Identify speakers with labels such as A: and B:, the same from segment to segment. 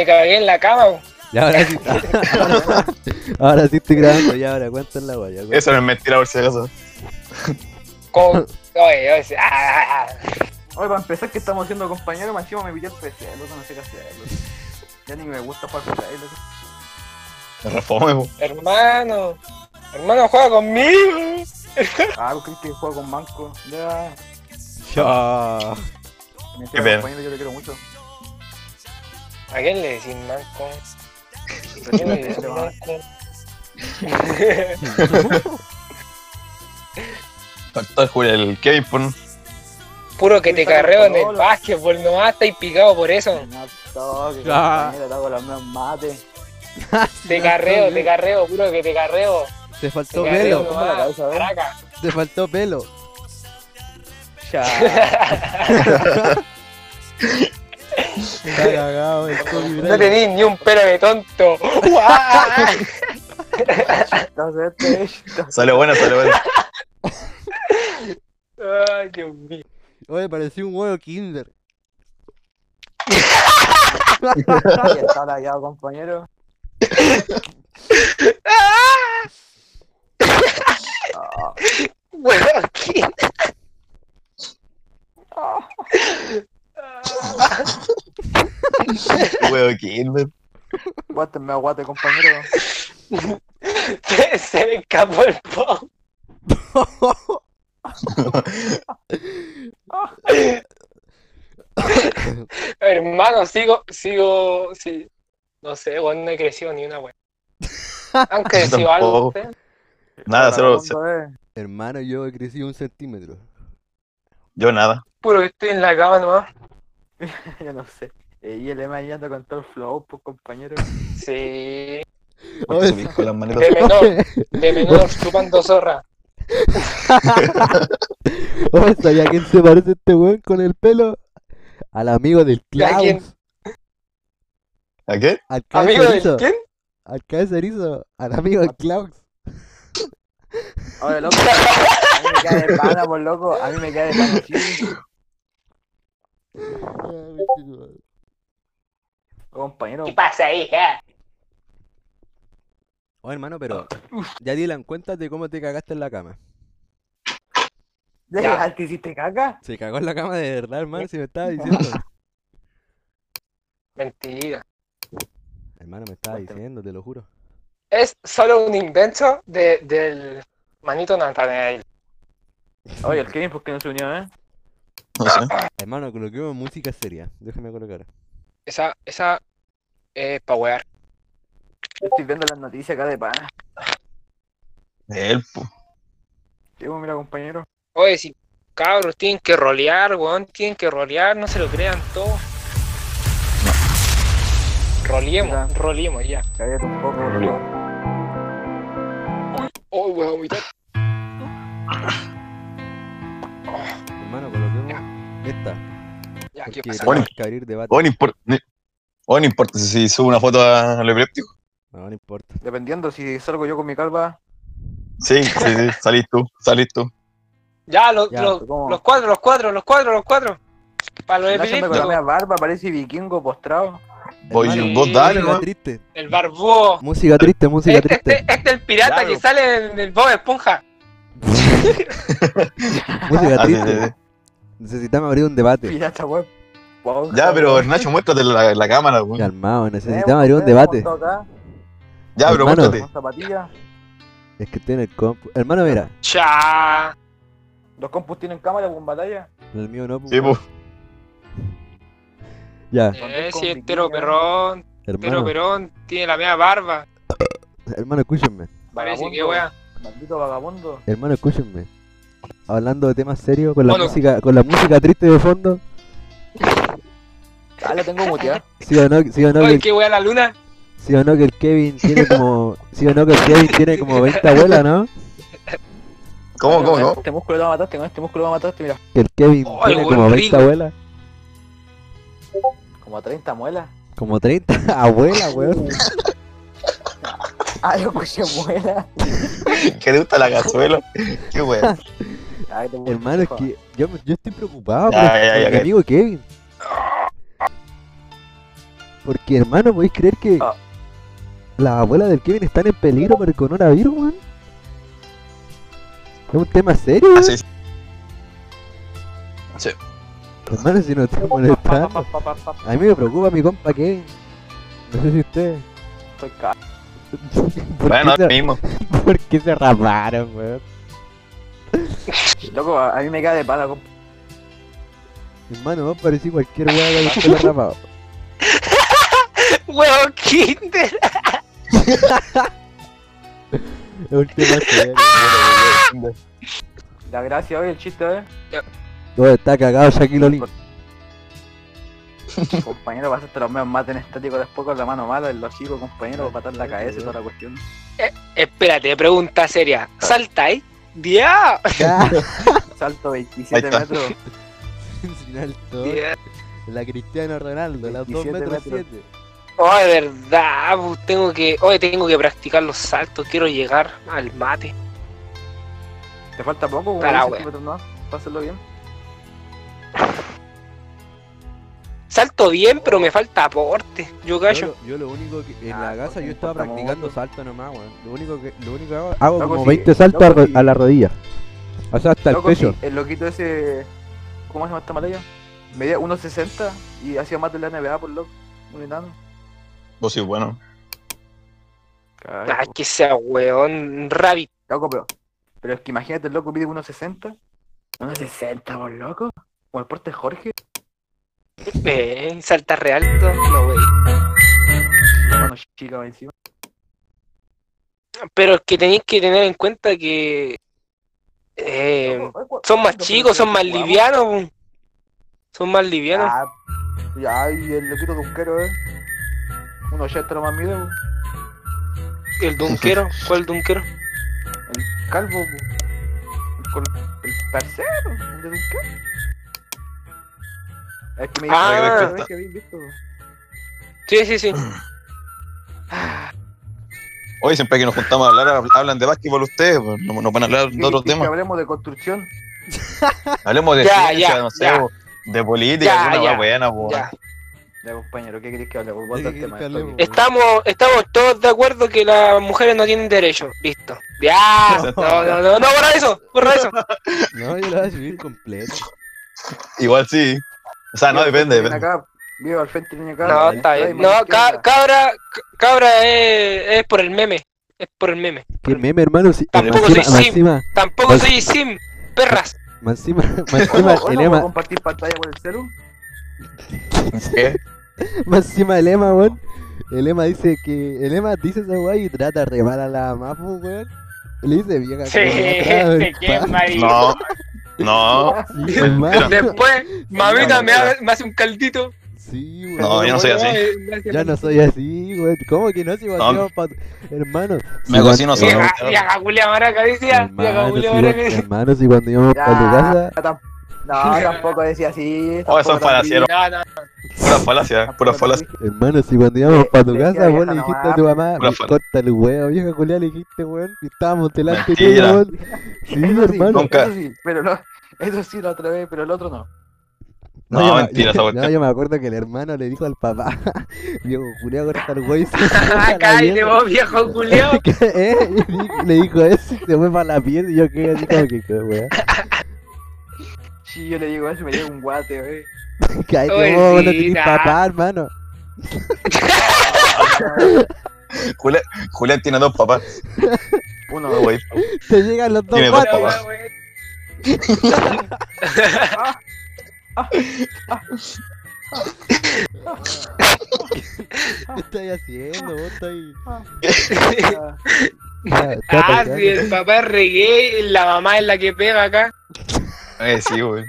A: Me cagué en la cama, bo.
B: Ya ahora sí. ahora sí estoy grabando, ya ahora cuéntala, la guaya.
C: Eso no es mentira, por si acaso.
A: Como- Oye, oye, sí. Ah, ah, ah.
D: Oye, para empezar que estamos haciendo compañeros, más encima me pillé el PC, loco, no sé qué hacer, loco. Ya ni me gusta jugar PC, loco.
C: Me refome, po.
A: hermano. Hermano, juega conmigo.
D: Ah, pues creí que juego con Manco. Ya.
B: Ya.
D: Me
C: Qué
D: decía
C: pena.
D: compañero, yo le quiero mucho.
A: ¿A quién le decís manco? ¿A quién le decís manco?
C: Faltó el Julio, el Kevin, po. ¿no?
A: Puro que te carreo en el básquetbol nomás, estáis picado por eso.
D: No, toque,
B: Ah.
D: compañero, te hago las mismas mates.
A: Te carreo, te carreo, puro que te carreo.
B: Te
A: Te
B: faltó
A: carreo
B: pelo,
D: Toma la
A: nomás,
D: cabeza, a ver.
A: caraca.
B: te faltó pelo.
D: Ya.
B: Está cagado el Kobe
A: No
B: Bryant.
A: tenís ni un pelo de tonto. ¡Guau!
D: Entonces, este es-
C: Sale buena, sale buena.
A: Ay, Dios mío.
B: Oye, parecía un huevo Kinder.
D: Ahí está la llave, compañero. Ah,
A: Bueno, ¿qué?
C: Huevo Kinder.
D: guate, me aguate, compañero.
A: Se- Se me escapó el pop. Hermano, sigo, sigo, sí. No sé, weón, no he crecido ni una weón. ¿Han crecido algo
C: tampoco.
A: ustedes?
C: Nada,
D: Para
C: cero.
D: la ronda, eh.
B: Hermano, yo he crecido un centímetro.
C: Yo nada.
A: Puro que estoy en la cama nomás.
D: Yo no sé. Eh, Y el EMA yendo con todo el flow, pues, compañero.
A: Sí.
C: Porque subí con las manetas.
A: De menor, de menor chupando zorra.
B: Oye, ¿sabía a quién se parece este weón con el pelo? Al amigo del
A: ¿A quién?
B: Klaus.
C: ¿A qué?
B: Al
A: ¿Amigo
B: cabezarizo.
A: de quién?
B: Al cabezarizo. Al amigo del Klaus.
D: Oye, loco, a mí me cae de pana, por loco. A mí me cae de pana, sí.
B: Ah,
D: Compañero,
A: ¿Qué pasa, hija?
B: Oye, hermano,
C: Ah,
B: pero ya Dylan, cuéntate cómo te cagaste en la cama.
D: ¿de
A: Ya.
D: verdad te hiciste caca?
B: Se cagó en la cama de verdad,
C: Eh.
B: hermano, si me estaba diciendo.
A: Mentira.
B: hermano, me estaba
D: Cuéntame.
B: diciendo, te lo juro.
A: Es solo un invento de, del manito Nathaniel.
D: Oye, el Kevin, ¿por qué no se unió, eh?
C: No sé.
B: Hermano, coloquemos música seria. Déjame colocar.
A: Esa, esa es pa' wear.
D: Estoy viendo las noticias acá de pana.
C: Él, po.
D: Sí, pues, mira, compañero.
A: Oye, si cabros tienen que rolear, weón, tienen que rolear, no se lo crean todo.
D: Ya.
A: Roliemos, roliemos ya.
D: Cállate un poco, por favor.
A: Oh, weón, vomitar.
B: Hermano, coloquemos esta.
A: Ya, ¿qué
B: Porque
A: pasa?
C: Bueno.
B: tenemos que abrir debate.
C: O no importa. O no importa si subo una foto a- al epiléptico.
B: No, no importa.
D: Dependiendo si salgo yo con mi calva.
C: Sí, sí, sí. Salís tú, salís tú.
A: Ya, los,
B: Ya,
A: los,
D: ¿cómo?
A: los cuadros, los cuadros, los cuadros, los cuadros. Para los
D: Nacho anda con la
A: epilépticos,
D: media barba, parece vikingo postrado.
C: Voy
B: Hermano,
C: vos dale,
B: Música
C: ¿no?
B: triste.
A: el barbudo.
B: Música triste, música
A: Este,
B: triste.
A: este, este es el pirata
C: Ya,
A: que
C: bro.
A: sale en el Bob Esponja.
B: Música
C: Ah, sí, sí,
B: triste.
C: sí.
B: Necesitamos abrir un debate.
D: Pirata web. Wow,
C: Ya,
D: wow,
C: pero
D: wow.
C: Nacho, muéstrate la, la cámara, po.
B: Calmado,
D: Tenemos-
B: necesitamos abrir un
D: tenemos
B: debate.
D: Eh, todo acá,
C: Ya, pero
B: Hermano.
C: muéstrate.
D: Con zapatillas.
B: Es que estoy en el compu. Hermano, mira.
A: Cha.
D: Los compus tienen cámara con batalla.
B: El mío no. pues,
C: Sí, pues. po.
B: Ya,
A: Eh,
D: con
A: sí, entero
D: bikini, ya.
A: perrón, entero
B: hermano.
A: perrón, tiene la media barba.
B: Hermano, escúchenme.
A: Parece que
D: Vagabundo,
A: weón.
D: Maldito vagabundo.
B: Hermano, escúchenme. Hablando de temas serios, con la
A: Bueno.
B: música, con la música triste de fondo.
D: Ah, la tengo muteada.
B: Sí o no, sí o no, que
A: Oye,
B: el,
A: qué weón la luna.
B: sí o no que el Kevin tiene como, sí o no que el Kevin tiene como 20 abuelas, ¿no?
C: ¿Cómo, cómo, cómo?
D: Este músculo lo mataste, con este músculo lo mataste, mira.
B: Que el Kevin
A: Ay,
B: tiene
A: buen
B: como 20
A: rico.
B: abuelas,
D: Como a 30 muelas.
B: como 30 abuelas, weón.
D: Ah, yo escuché muelas.
C: ¿Qué te gusta la cazuela? Qué weón.
D: Ay, te puse
B: Hermano, es
D: rojo.
B: que yo, me- yo estoy preocupado
C: Ya,
B: por,
C: ya,
B: por
C: ya,
B: mi
C: ya.
B: amigo Kevin. Porque, hermano, ¿podéis creer que
D: Ah.
B: las abuelas del Kevin están en peligro por el coronavirus, weón? Es un tema serio, weón.
C: Así es. Sí.
B: Hermano, si no te molestan. A mí me preocupa mi compa Kevin. No sé si usted.
D: Soy ca-
B: ¿Por qué
C: Bueno,
B: se-
C: ahora mismo.
B: ¿Por qué se raparon, weón?
D: Loco, a a mí me cae de pala, compa.
B: Hermano, vos parecís cualquier weón con el pelo rapado.
A: Huevo Kinder.
B: Es un tema serio.
D: La gracia hoy, el chiste, ¿eh?
B: Todo está cagado Shaquille O'Neal.
D: compañero, vas a estar los medios maten estático después con la mano mala en los chicos, compañero, patar la cabeza y toda la cuestión.
A: Espérate, pregunta seria.
D: Ah.
A: ¿Saltáis? ¡Dia!
B: Ya.
D: Salto
C: Ahí
D: 27
C: está.
D: metros.
B: Sin alto.
A: ¡Dia!
B: La Cristiano Ronaldo, la 2
D: 27
B: metros
D: metros.
B: 7.
A: Oh, de verdad, pues, tengo que, hoy tengo que practicar los saltos, quiero llegar al mate.
D: Te falta poco, como
A: Para,
D: 10
A: wea.
D: centímetros más, para hacerlo bien.
A: Salto bien, pero me falta aporte. Yo
B: Yo
A: callo.
B: lo, yo lo único que en
D: Ah,
B: la casa
D: porque
B: yo estaba
D: importa
B: practicando
D: mucho.
B: salto nomás, weón. Lo único que, lo único que hago, hago
D: Loco,
B: como
D: sí,
B: 20 saltos a,
D: loco,
B: ro-
D: sí.
B: a la rodilla. O sea, hasta
D: Loco,
B: el pecho.
D: sí, el loquito ese. ¿Cómo se llama esta malaya? Medía 1.60 y hacía más de la NBA por loco. Un enano.
C: Vos sí, bueno.
D: Caray,
A: Ah,
D: po.
A: que sea weón, rabbit.
D: Loco, pero. Pero es que imagínate, el loco mide 1.60. 1.60 por loco. Como el porte Jorge.
A: Eh, salta real. No, wey.
D: la Mano chica va encima.
A: Pero es que tenéis que tener en cuenta que eh,
D: Loco, ay, cu-
A: son más
D: ¿cuándo fue
A: chicos, son
D: que
A: más
D: jugamos?
A: livianos. po. Son más livianos.
D: Ah, Ya, y el loquito dunquero, eh. 1.80 nomás mide, po.
A: El dunquero, ¿cuál dunquero?
D: El calvo, po. El, col- el parcero, el de Duncan. Es que me dijo
A: Ah.
D: la primera vez que habéis visto.
A: Sí, sí, sí.
C: Hoy siempre que nos juntamos a hablar, hab- hablan de básquetbol ustedes, pues, no nos van a hablar de otros
D: Sí, sí, que
C: temas.
D: hablemos de construcción.
C: Hablemos de
A: Ya,
C: ciencia,
A: ya,
C: no sé,
A: ya.
C: bo, de política,
A: Ya,
C: alguna
A: ya,
C: weá buena,
D: Ah.
C: po.
A: Ya.
D: Ya, compañero, ¿qué queréis que hable?
B: ¿De
D: Volvamos
B: qué
D: al
B: queréis
D: tema.
B: que
D: esto,
B: hablemos?
D: que-
A: Estamos, estamos todos de acuerdo que las mujeres no tienen derecho. Listo. Ya. No, no, no, no, borra eso, borra eso.
B: No, yo lo voy a subir completo.
C: Igual sí. O
A: Ah,
C: sea, no,
D: Viva al
C: depende,
D: frente,
C: depende.
D: niña acá. Viva al frente, niña acá.
A: No, está
D: Ay,
A: bien.
D: mano
A: No,
D: izquierda.
A: ca- cabra, cabra es, es por el meme. Es por el meme.
B: Qué meme, hermano. Si, más
A: Tampoco
B: encima,
A: soy
B: más
A: sim.
B: encima,
A: Tampoco
B: Pues-
A: soy sim, perras.
B: más encima, más
D: ¿O no-
B: encima,
D: o no
B: el
D: puedo
B: Ema,
D: compartir pantalla con el celu?
C: ¿Qué?
B: más encima el Ema, weón. El Ema dice que, el Ema dice esa weá y trata de remar a la mapu, weón. Le dice vieja.
C: Ah, No, no.
B: Sí, hermano.
A: Después, mamita
C: no,
A: me,
C: no.
A: ha- me hace un caldito.
B: Sí, weón.
C: No, yo no soy así.
A: Me hace-
B: Ya no soy así, güey. ¿Cómo que no? Si
C: No.
B: hacíamos pa- Hermano.
C: Me
B: si
C: cocino
B: cuando-
C: solo.
A: Vieja, vieja culia maraca, decía. Vieja
B: Hermano, si
A: culia
B: cuando-
A: maraca, decía.
B: hermano, si cuando íbamos
D: Ya,
B: para tu casa.
D: tam- No, tampoco decía así.
C: Oh, eh, eso es
D: tampoco tan
C: falacia,
D: brillo,
A: No, no,
C: Puras falacias,
D: tampoco
C: puras
D: tan
C: falacias.
B: Hermano, si cuando íbamos para tu
D: Sí,
B: casa,
D: sí,
B: vos
D: vieja
B: le dijiste
D: nomás.
B: a tu mamá,
C: Pura
B: "Me
C: falta.
B: corta el huevo, vieja culia, le dijiste, weón. Y estábamos delante
C: Mentira.
B: tuyo, weón. Sí,
D: Eso sí,
B: hermano.
C: Nunca.
D: Eso sí, pero no, eso sí la otra vez, pero el otro no.
C: No,
B: yo me-
C: mentira, esa cuestión.
B: No, yo me acuerdo que el hermano le dijo al papá, viejo culia, corta el huevo. y se fue
A: no.
B: pa' la
A: Cállate
B: mierda.
A: vos, viejo culiao.
B: ¿Qué? ¿Eh? Y di- Le dijo eso y se fue para la piel y yo quedé así como que, qué weón.
D: Sí, yo le digo eso y me llega un guate, eh.
B: Cállate
A: Oye,
B: vos, vos no
A: sí,
B: tenés
A: nah.
B: papá, hermano.
D: eh.
C: Julián, Julián tiene dos papás,
D: Uno,
C: no, güey.
B: Te llegan los dos
C: Tiene dos
B: guates.
C: papás.
B: ¿Qué estáis haciendo? Vos estáis.
D: Ah,
B: Ya, está
A: Ah,
B: atacando.
A: si el papá es re gay, la mamá es la que pega acá.
C: Eh, sí, güey.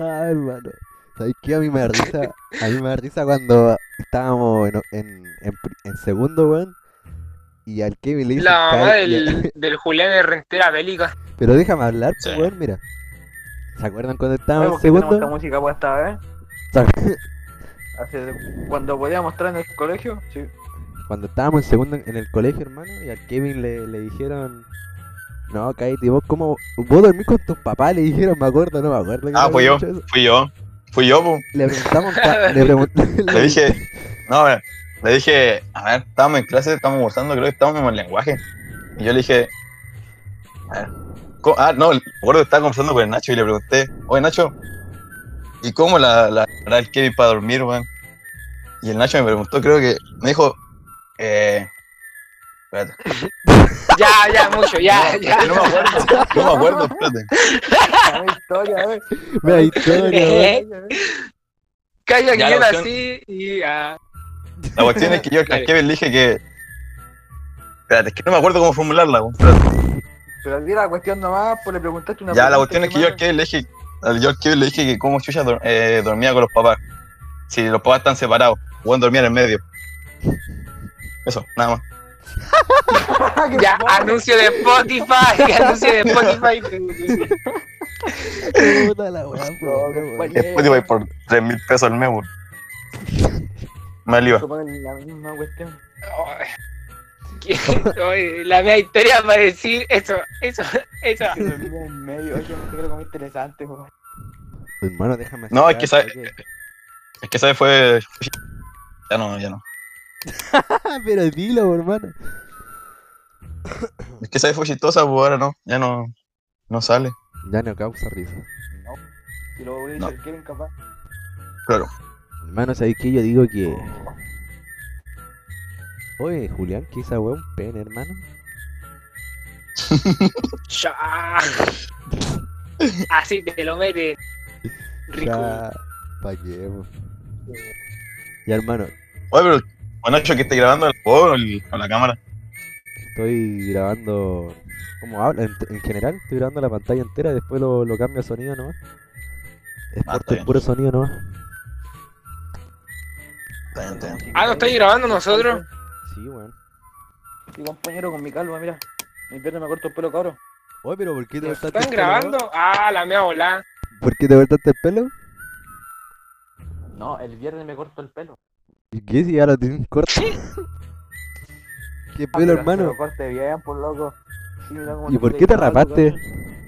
B: Ah, hermano. ¿Sabéis qué? A mí me da risa. A mí me da risa cuando estábamos en, en, en, pri- en segundo, weón. Y al Kevin le dice.
A: La mamá
B: "Cállate".
A: del, del Julián de Rentera Bélica.
B: Pero déjame hablar, pues,
C: Sí.
B: weón, mira. ¿Se acuerdan cuando
D: ¿sabes
B: estábamos en
D: por qué tenemos esta
B: segundo?
D: música puesta, eh?
B: ¿Se acuerdan?
D: Hace, cuando podíamos estar en el colegio, sí.
B: cuando estábamos en segundo en el colegio, hermano, y al Kevin le, le dijeron, no, cállate, ¿y vos cómo, vos dormís con tus papás, le dijeron, me acuerdo, no me acuerdo. que
C: Ah,
B: le
C: fui
B: habían
C: yo,
B: dicho eso.
C: fui yo. Fui yo, po.
B: Le preguntamos, pa- le, pregun-
C: Le dije, no, a ver, le dije, a ver, estábamos en clase, estábamos almorzando, creo que estábamos en el lenguaje. Y yo le dije, a ver, co- ah, no, el gordo estaba conversando con el Nacho y le pregunté, oye Nacho, ¿y cómo la, la hará el Kevin para dormir, weón? Y el Nacho me preguntó, creo que, me dijo, eh, espérate,
A: Ya, ya, mucho, ya,
C: no,
A: ya.
C: no me acuerdo, no me acuerdo, espérate.
D: A ver, historia, a ver.
B: Ve la historia, weón.
A: Eh, Calla que
C: Ya, la
A: era
C: opción-
A: así y ah,
C: La cuestión es que yo al
A: Dale.
C: Kevin le dije que, espérate, es que no me acuerdo cómo formularla, weón, espérate.
D: Pero di la cuestión nomás, pues le preguntaste una
C: Ya, la
D: pregunta
C: cuestión es que yo al
D: manda.
C: Kevin le dije, al yo al Kevin le dije que cómo chucha dor- eh, dormía con los papás. Si los papás están separados, pueden dormir en el medio. Eso, nada más.
D: Ah, que
A: ya,
D: se ponga.
A: anuncio de Spotify, anuncio de Spotify.
B: Puta la weá, pobre, weón.
D: compañero.
C: Después te voy por 3 mil pesos al mes, weón. Mal iba.
D: Se ponen la misma cuestión.
A: Ay, que- oye, la mía historia para decir eso, eso, eso.
D: Que dormía en medio, oye, me creo que muy interesante, pues. weón.
B: Hermano, déjame
C: No, es que
B: sacar,
C: sabe- Es que esa vez fue. Ya no, ya no.
B: Ah, pero dilo, hermano.
C: Es que esa vez fue chistosa, pues ahora no. Ya no. No sale.
B: Ya no causa risa.
D: Si lo voy a
C: No.
D: decir, quieren capaz.
C: Claro.
B: Hermano, ¿sabéis qué? Yo digo que. Oye, Julián, que esa weá es un pene, hermano.
A: Cha. Así te lo meten. Rico.
B: Ya. Pa' qué, weón. Ya, hermano,
C: Oye, pero. Bueno, Nacho, que esté grabando el juego o la cámara.
B: estoy grabando. ¿Cómo habla? En, en general, estoy grabando la pantalla entera y después lo, lo cambio a sonido nomás. Es
C: Ah, está
B: corto, es
C: bien.
B: puro sonido nomás.
C: Está bien, está bien.
A: Ah, ¿no estáis grabando nosotros?
B: Sí, weón.
D: Mi compañero con mi calva, mira. Mi pierna me corto el pelo, cabrón.
B: Oye, pero ¿por qué te cortaste
A: ¿Están
B: el pelo, weón?
A: grabando? Ah, la mía volá.
B: ¿Por qué te cortaste el pelo?
D: No, el viernes me corto el pelo.
B: ¿Y qué si ya lo tienen corto? ¿Qué pelo,
D: Ah, pero se
B: hermano?
D: lo corte bien, por loco. Sí, mira cómo
B: ¿Y
D: se
B: por
D: le
B: qué te
D: queda,
B: rapaste?
D: cabrón.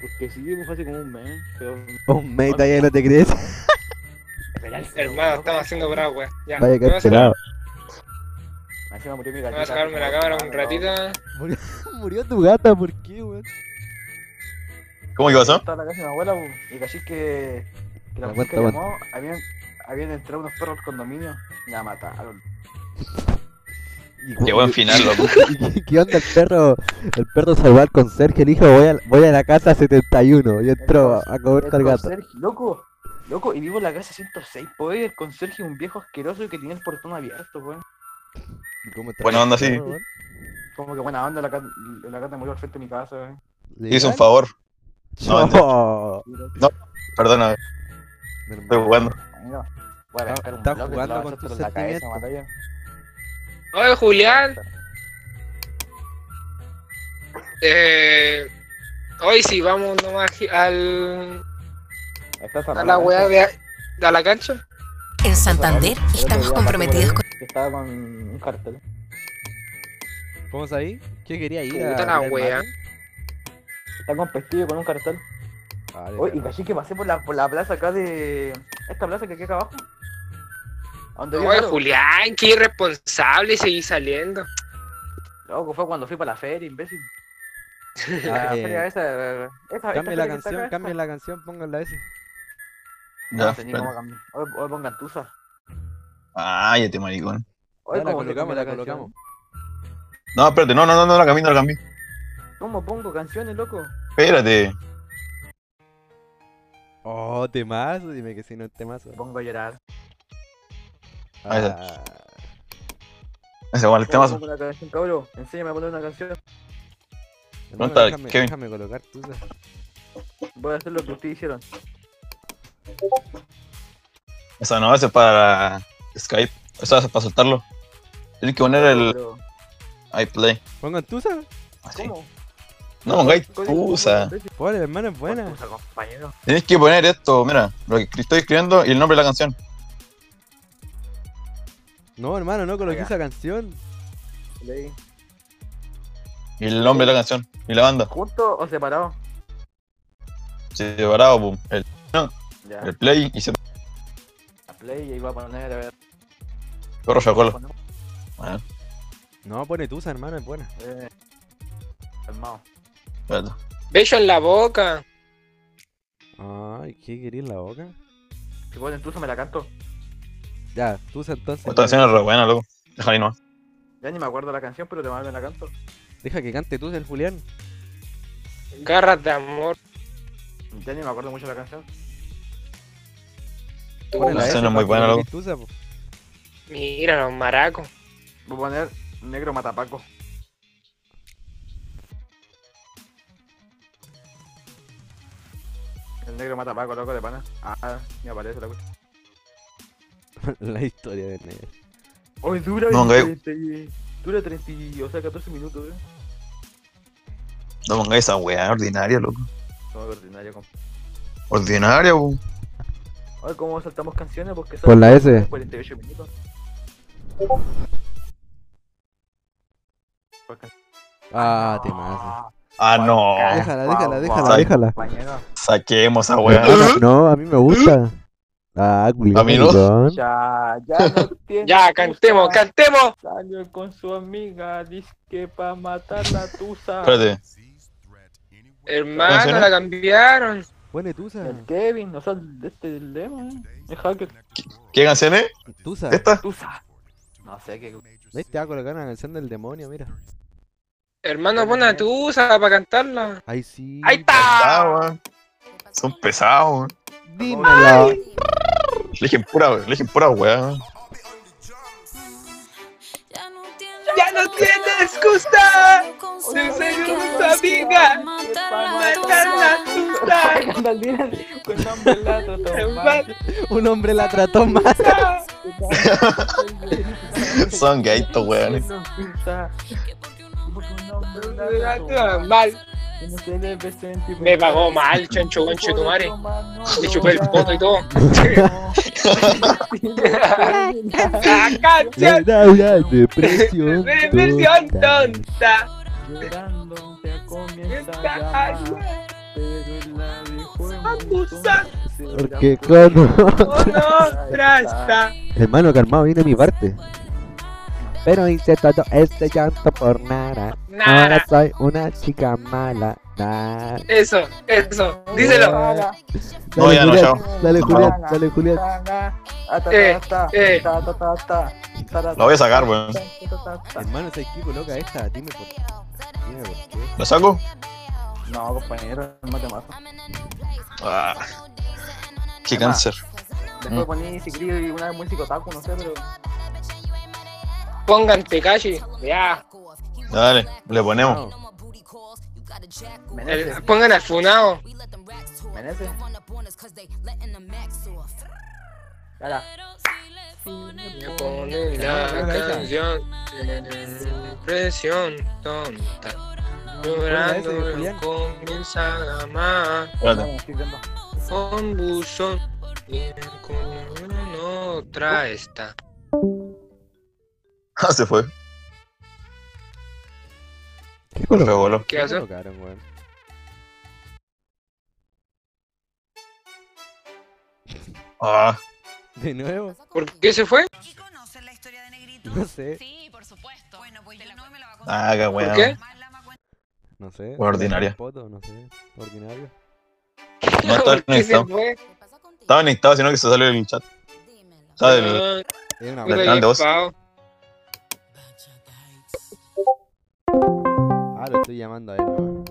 D: Porque sí, pues, fue hace como un mes. Pero...
B: Oh, mate, ya no te crees.
A: Hermano, estamos haciendo bravo, weón. Ya.
B: Vaya
A: Me voy a
B: que
A: sacar-
D: Encima Ah, murió mi
A: me voy
D: gatita. Ah,
A: a sacarme la cámara un ratito.
B: Murió, murió tu gata, ¿por qué, weón?
C: ¿Cómo que pasó?
D: Estaba en la casa de mi abuela, pues, y caché que, que la
B: Aguanta,
D: música
B: aguanta.
D: llamó, habían, habían entrado unos perros al condominio y la mataron.
B: Y-
C: Qué buen final, loco.
B: ¿Y qué- ¿Qué onda el perro? El perro salvó al conserje, le dijo, voy a, voy a la casa 71 y entró a- a comer al
D: El
B: gato.
D: conserje, loco, loco, y vivo en la casa 106, pues el conserje es un viejo asqueroso que tenía el portón abierto, pues. weón.
B: ¿Y cómo está
C: Buena
B: el
C: onda, sí.
B: perro, weón?
D: Como que buena onda, la, cat- la gata murió al frente de mi casa, eh. weón.
C: Hizo un favor. No,
B: No,
C: Perdona, estoy
B: hermano.
C: jugando.
D: Mira, voy a
B: Está-
D: arrancar un
B: está
D: bloque,
B: jugando
D: te lo
B: con
D: vas a
B: tus
D: hacer en la cabeza,
B: sentimientos.
D: Matalla.
A: Oye, Julián. Eh, hoy sí, vamos nomás al,
D: Estás
A: a
D: cerrada ¿eh?
A: la weá
D: cancha.
A: de a- a la cancha.
E: En Santander
D: El otro día
E: estamos
D: pasé por
E: comprometidos
D: ahí,
E: con...
D: que Estaba con un cartel.
B: ¿Vamos ahí? ¿Qué quería ir?
A: Puta
B: a
A: la
B: poner
A: wea.
B: mate?
D: Está con pestillo con un cartel.
B: Ah, de
D: Oye, y
B: verdad.
D: caché que pasé por la, por la plaza acá de. Esta plaza que aquí acá abajo. ¿A dónde vive
A: Oye,
D: Loro?
A: Julián, qué irresponsable seguir saliendo.
D: Loco, fue cuando fui para la feria, imbécil.
B: Ah,
D: La
B: eh,
D: feria esa. esa- esa
B: Cambie la canción,
D: cambia
B: cambie la canción, pónganla ese.
C: Ya,
D: No sé ni cómo
C: espera.
D: cambiar. Hoy, hoy pongan tusa.
C: Ay, este maricón.
D: Hoy
B: Ya la
D: como que
B: colocamos,
D: cambia
B: la
D: canción.
B: colocamos.
C: No, espérate, no, no, no, no la cambié, no la cambié.
D: ¿Cómo pongo canciones, loco?
C: Espérate.
B: Oh, temazo, dime que si no es temazo.
D: Me pongo a llorar.
C: Ahí está.
B: Ah,
C: Ese igual el
D: ¿Cómo
C: temazo.
D: pongo una canción, cabrón? Enséñame a poner una canción.
B: hermano,
C: está,
B: déjame,
C: Kevin?
B: déjame colocar tú. esa.
D: Voy a hacer lo que ustedes hicieron.
C: Esa no, ese es para Skype. Esa es para soltarlo. Tienes que poner el
D: Pero,
C: iPlay.
B: Pongan tusa.
C: Así.
D: ¿Cómo?
C: No pongáis
D: Oye,
C: usa.
D: ¿cómo?
B: Pobre, hermano, es buena.
D: Tusa, compañero.
C: Tienes que poner esto, mira, lo que estoy escribiendo y el nombre de la canción.
B: No, hermano, no coloqué
D: Acá.
B: esa canción.
D: Leí.
C: Y el nombre de la canción. Y la banda.
D: ¿Junto o separado?
C: Separado, boom. El-
D: Ya,
C: el play y se
D: la play y ahí va a poner a ver.
C: corro fue gol.
D: ponemos,
C: Bueno,
B: No, pone Tusa, hermano, es buena.
D: eh, Calmado.
C: espérate.
A: Bello en la boca.
B: Ay, ¿qué querés la boca?
D: Si ponen tú, me la canto.
B: Ya, Tusa entonces.
C: Esta canción es re buena, loco. Déjala ahí nomás.
D: Ya ni me acuerdo la canción, pero te mando la canto.
B: Deja que cante Tusa el Julián.
A: Garras de amor.
D: Ya ni me acuerdo mucho la canción.
C: La
B: esa
C: escena es
B: para
C: muy buena,
B: que
C: loco.
B: cante Tusa, po.
A: Mira los maracos.
D: Voy a poner Negro Matapaco. El negro matapaco, loco de pana. Ah, me aparece la cuestión.
B: La historia del negro.
D: Hoy dura
C: No, gay.
D: 30 y- dura 30 y- o sea, 14 minutos, eh.
C: No pongáis esa weá ordinaria, loco.
D: No, es ordinario, compa.
C: Ordinaria, weón.
D: Ay, cómo saltamos canciones porque son
B: Por la S.
D: 48 minutos. Por can-
B: Ah, te mazo.
C: Ah, no.
B: Déjala, déjala, déjala,
C: Sai.
B: déjala.
D: Compañero.
C: Saquemos esa
B: Es
C: weá.
B: buena, No, a mí me gusta. Ah, culiado.
C: A mí no.
D: Ya, ya no tiene
A: Ya, cantemos,
D: excusa.
A: cantemos.
D: Salió con su amiga, dice que pa' matar la tusa.
C: Espérate.
A: Hermano, la cambiaron.
B: Pone Tusa.
D: El Kevin, o sea, el- este el lema, eh. Deja que
C: ¿Qué canción es?
B: Tusa.
C: ¿Esta?
D: tusa. No sé qué.
B: ¿Ves? Te va a colocar una canción del demonio, mira.
A: Hermano, pon a Tusa para cantarla.
B: Ahí sí.
A: ¡Ahí está!
C: Ah, weón. Son pesados, weón.
B: Dímelo.
C: Le dije pura, le dije pura weá. weón.
E: Ya no tienes,
A: ¡Ya no tienes gusta!
E: Consejo
A: Consejo
E: que
A: de
E: nos
A: amiga.
E: quieran Matar la
A: ¡Matar
E: tusa.
A: la Tusa!
D: Con el- con nombre lato,
B: Un hombre la trató mal.
D: Tomás.
C: Son gay estos weones.
D: Tusa,
E: Que porque un hombre
D: con
E: no
D: nombre lato, Tomás.
A: Mal.
D: No se le presente-
A: Me pagó mal, chancho, conche tu madre.
D: Tomás,
A: Le chupé el poto y todo. La
B: La
A: canción
B: Laura de presión.
A: de versión
B: tonta.
A: tonta.
D: Llorando ya comienza a
A: Está
D: llamar, pero el abijo en
A: Abusa.
D: buzón se
B: Porque
D: la
B: cuando.
A: con otra está.
B: Hermano, calmado, viene mi parte. Pero hice todo este llanto por nada. Ahora
A: Nada.
B: soy una chica mala. Nah.
A: Eso, eso. Díselo.
D: Para,
C: No,
B: Dale,
C: ya no,
B: Julián,
C: chao.
B: dale,
C: No.
B: Julián, dale, Julián.
D: ta, na, a, ta,
A: Eh,
D: ta, ta,
A: eh.
D: ta, ta, ta, ta, ta, ta,
C: La voy a sacar, weón.
D: ta, ta, ta, ta.
B: Hermano, ese equipo loca esta, dime por Dime por qué.
C: ¿La saco?
D: No, compañero, no te mato.
C: Ah. Qué cáncer. Mm.
D: Después poní, si queréis, una música otaku, no sé, pero...
A: Pongan Tekashi. Ya.
C: Dale, le ponemos.
D: Menece,
A: El- Pongan al Funao.
D: menece. Cara,
A: Me ponen la canción. tienen Presión tonta. Llorando
B: Ponla ese, Julián.
A: comienzan a amar.
D: no,
C: Espérate.
D: me estoy viendo.
A: Con buzón. y Con otra está.
C: Ah, se fue.
B: ¿Qué
C: Se
B: colocaron?
C: voló.
A: ¿Qué hace?
B: colocaron, weón?
C: Ah,
B: De nuevo,
A: ¿Por qué se fue?
F: ¿Y conocen la historia de Negrito?
B: no sé,
F: Sí, por supuesto. Bueno, pues yo no me la va a
C: ah, qué weón.
A: qué?
B: no sé.
C: Una ordinaria.
B: Poto, no sé, ordinario.
C: No estaba
A: ¿Por qué se
C: conectado.
A: fue?
C: Estaba conectado, sino que se salió el chat. Estaba del
A: Ah,
B: Es
A: mira,
B: una buena.
C: Del Canal
A: ahí,
C: de Voz.
A: Pao.
B: Ah, lo estoy llamando a él, weón.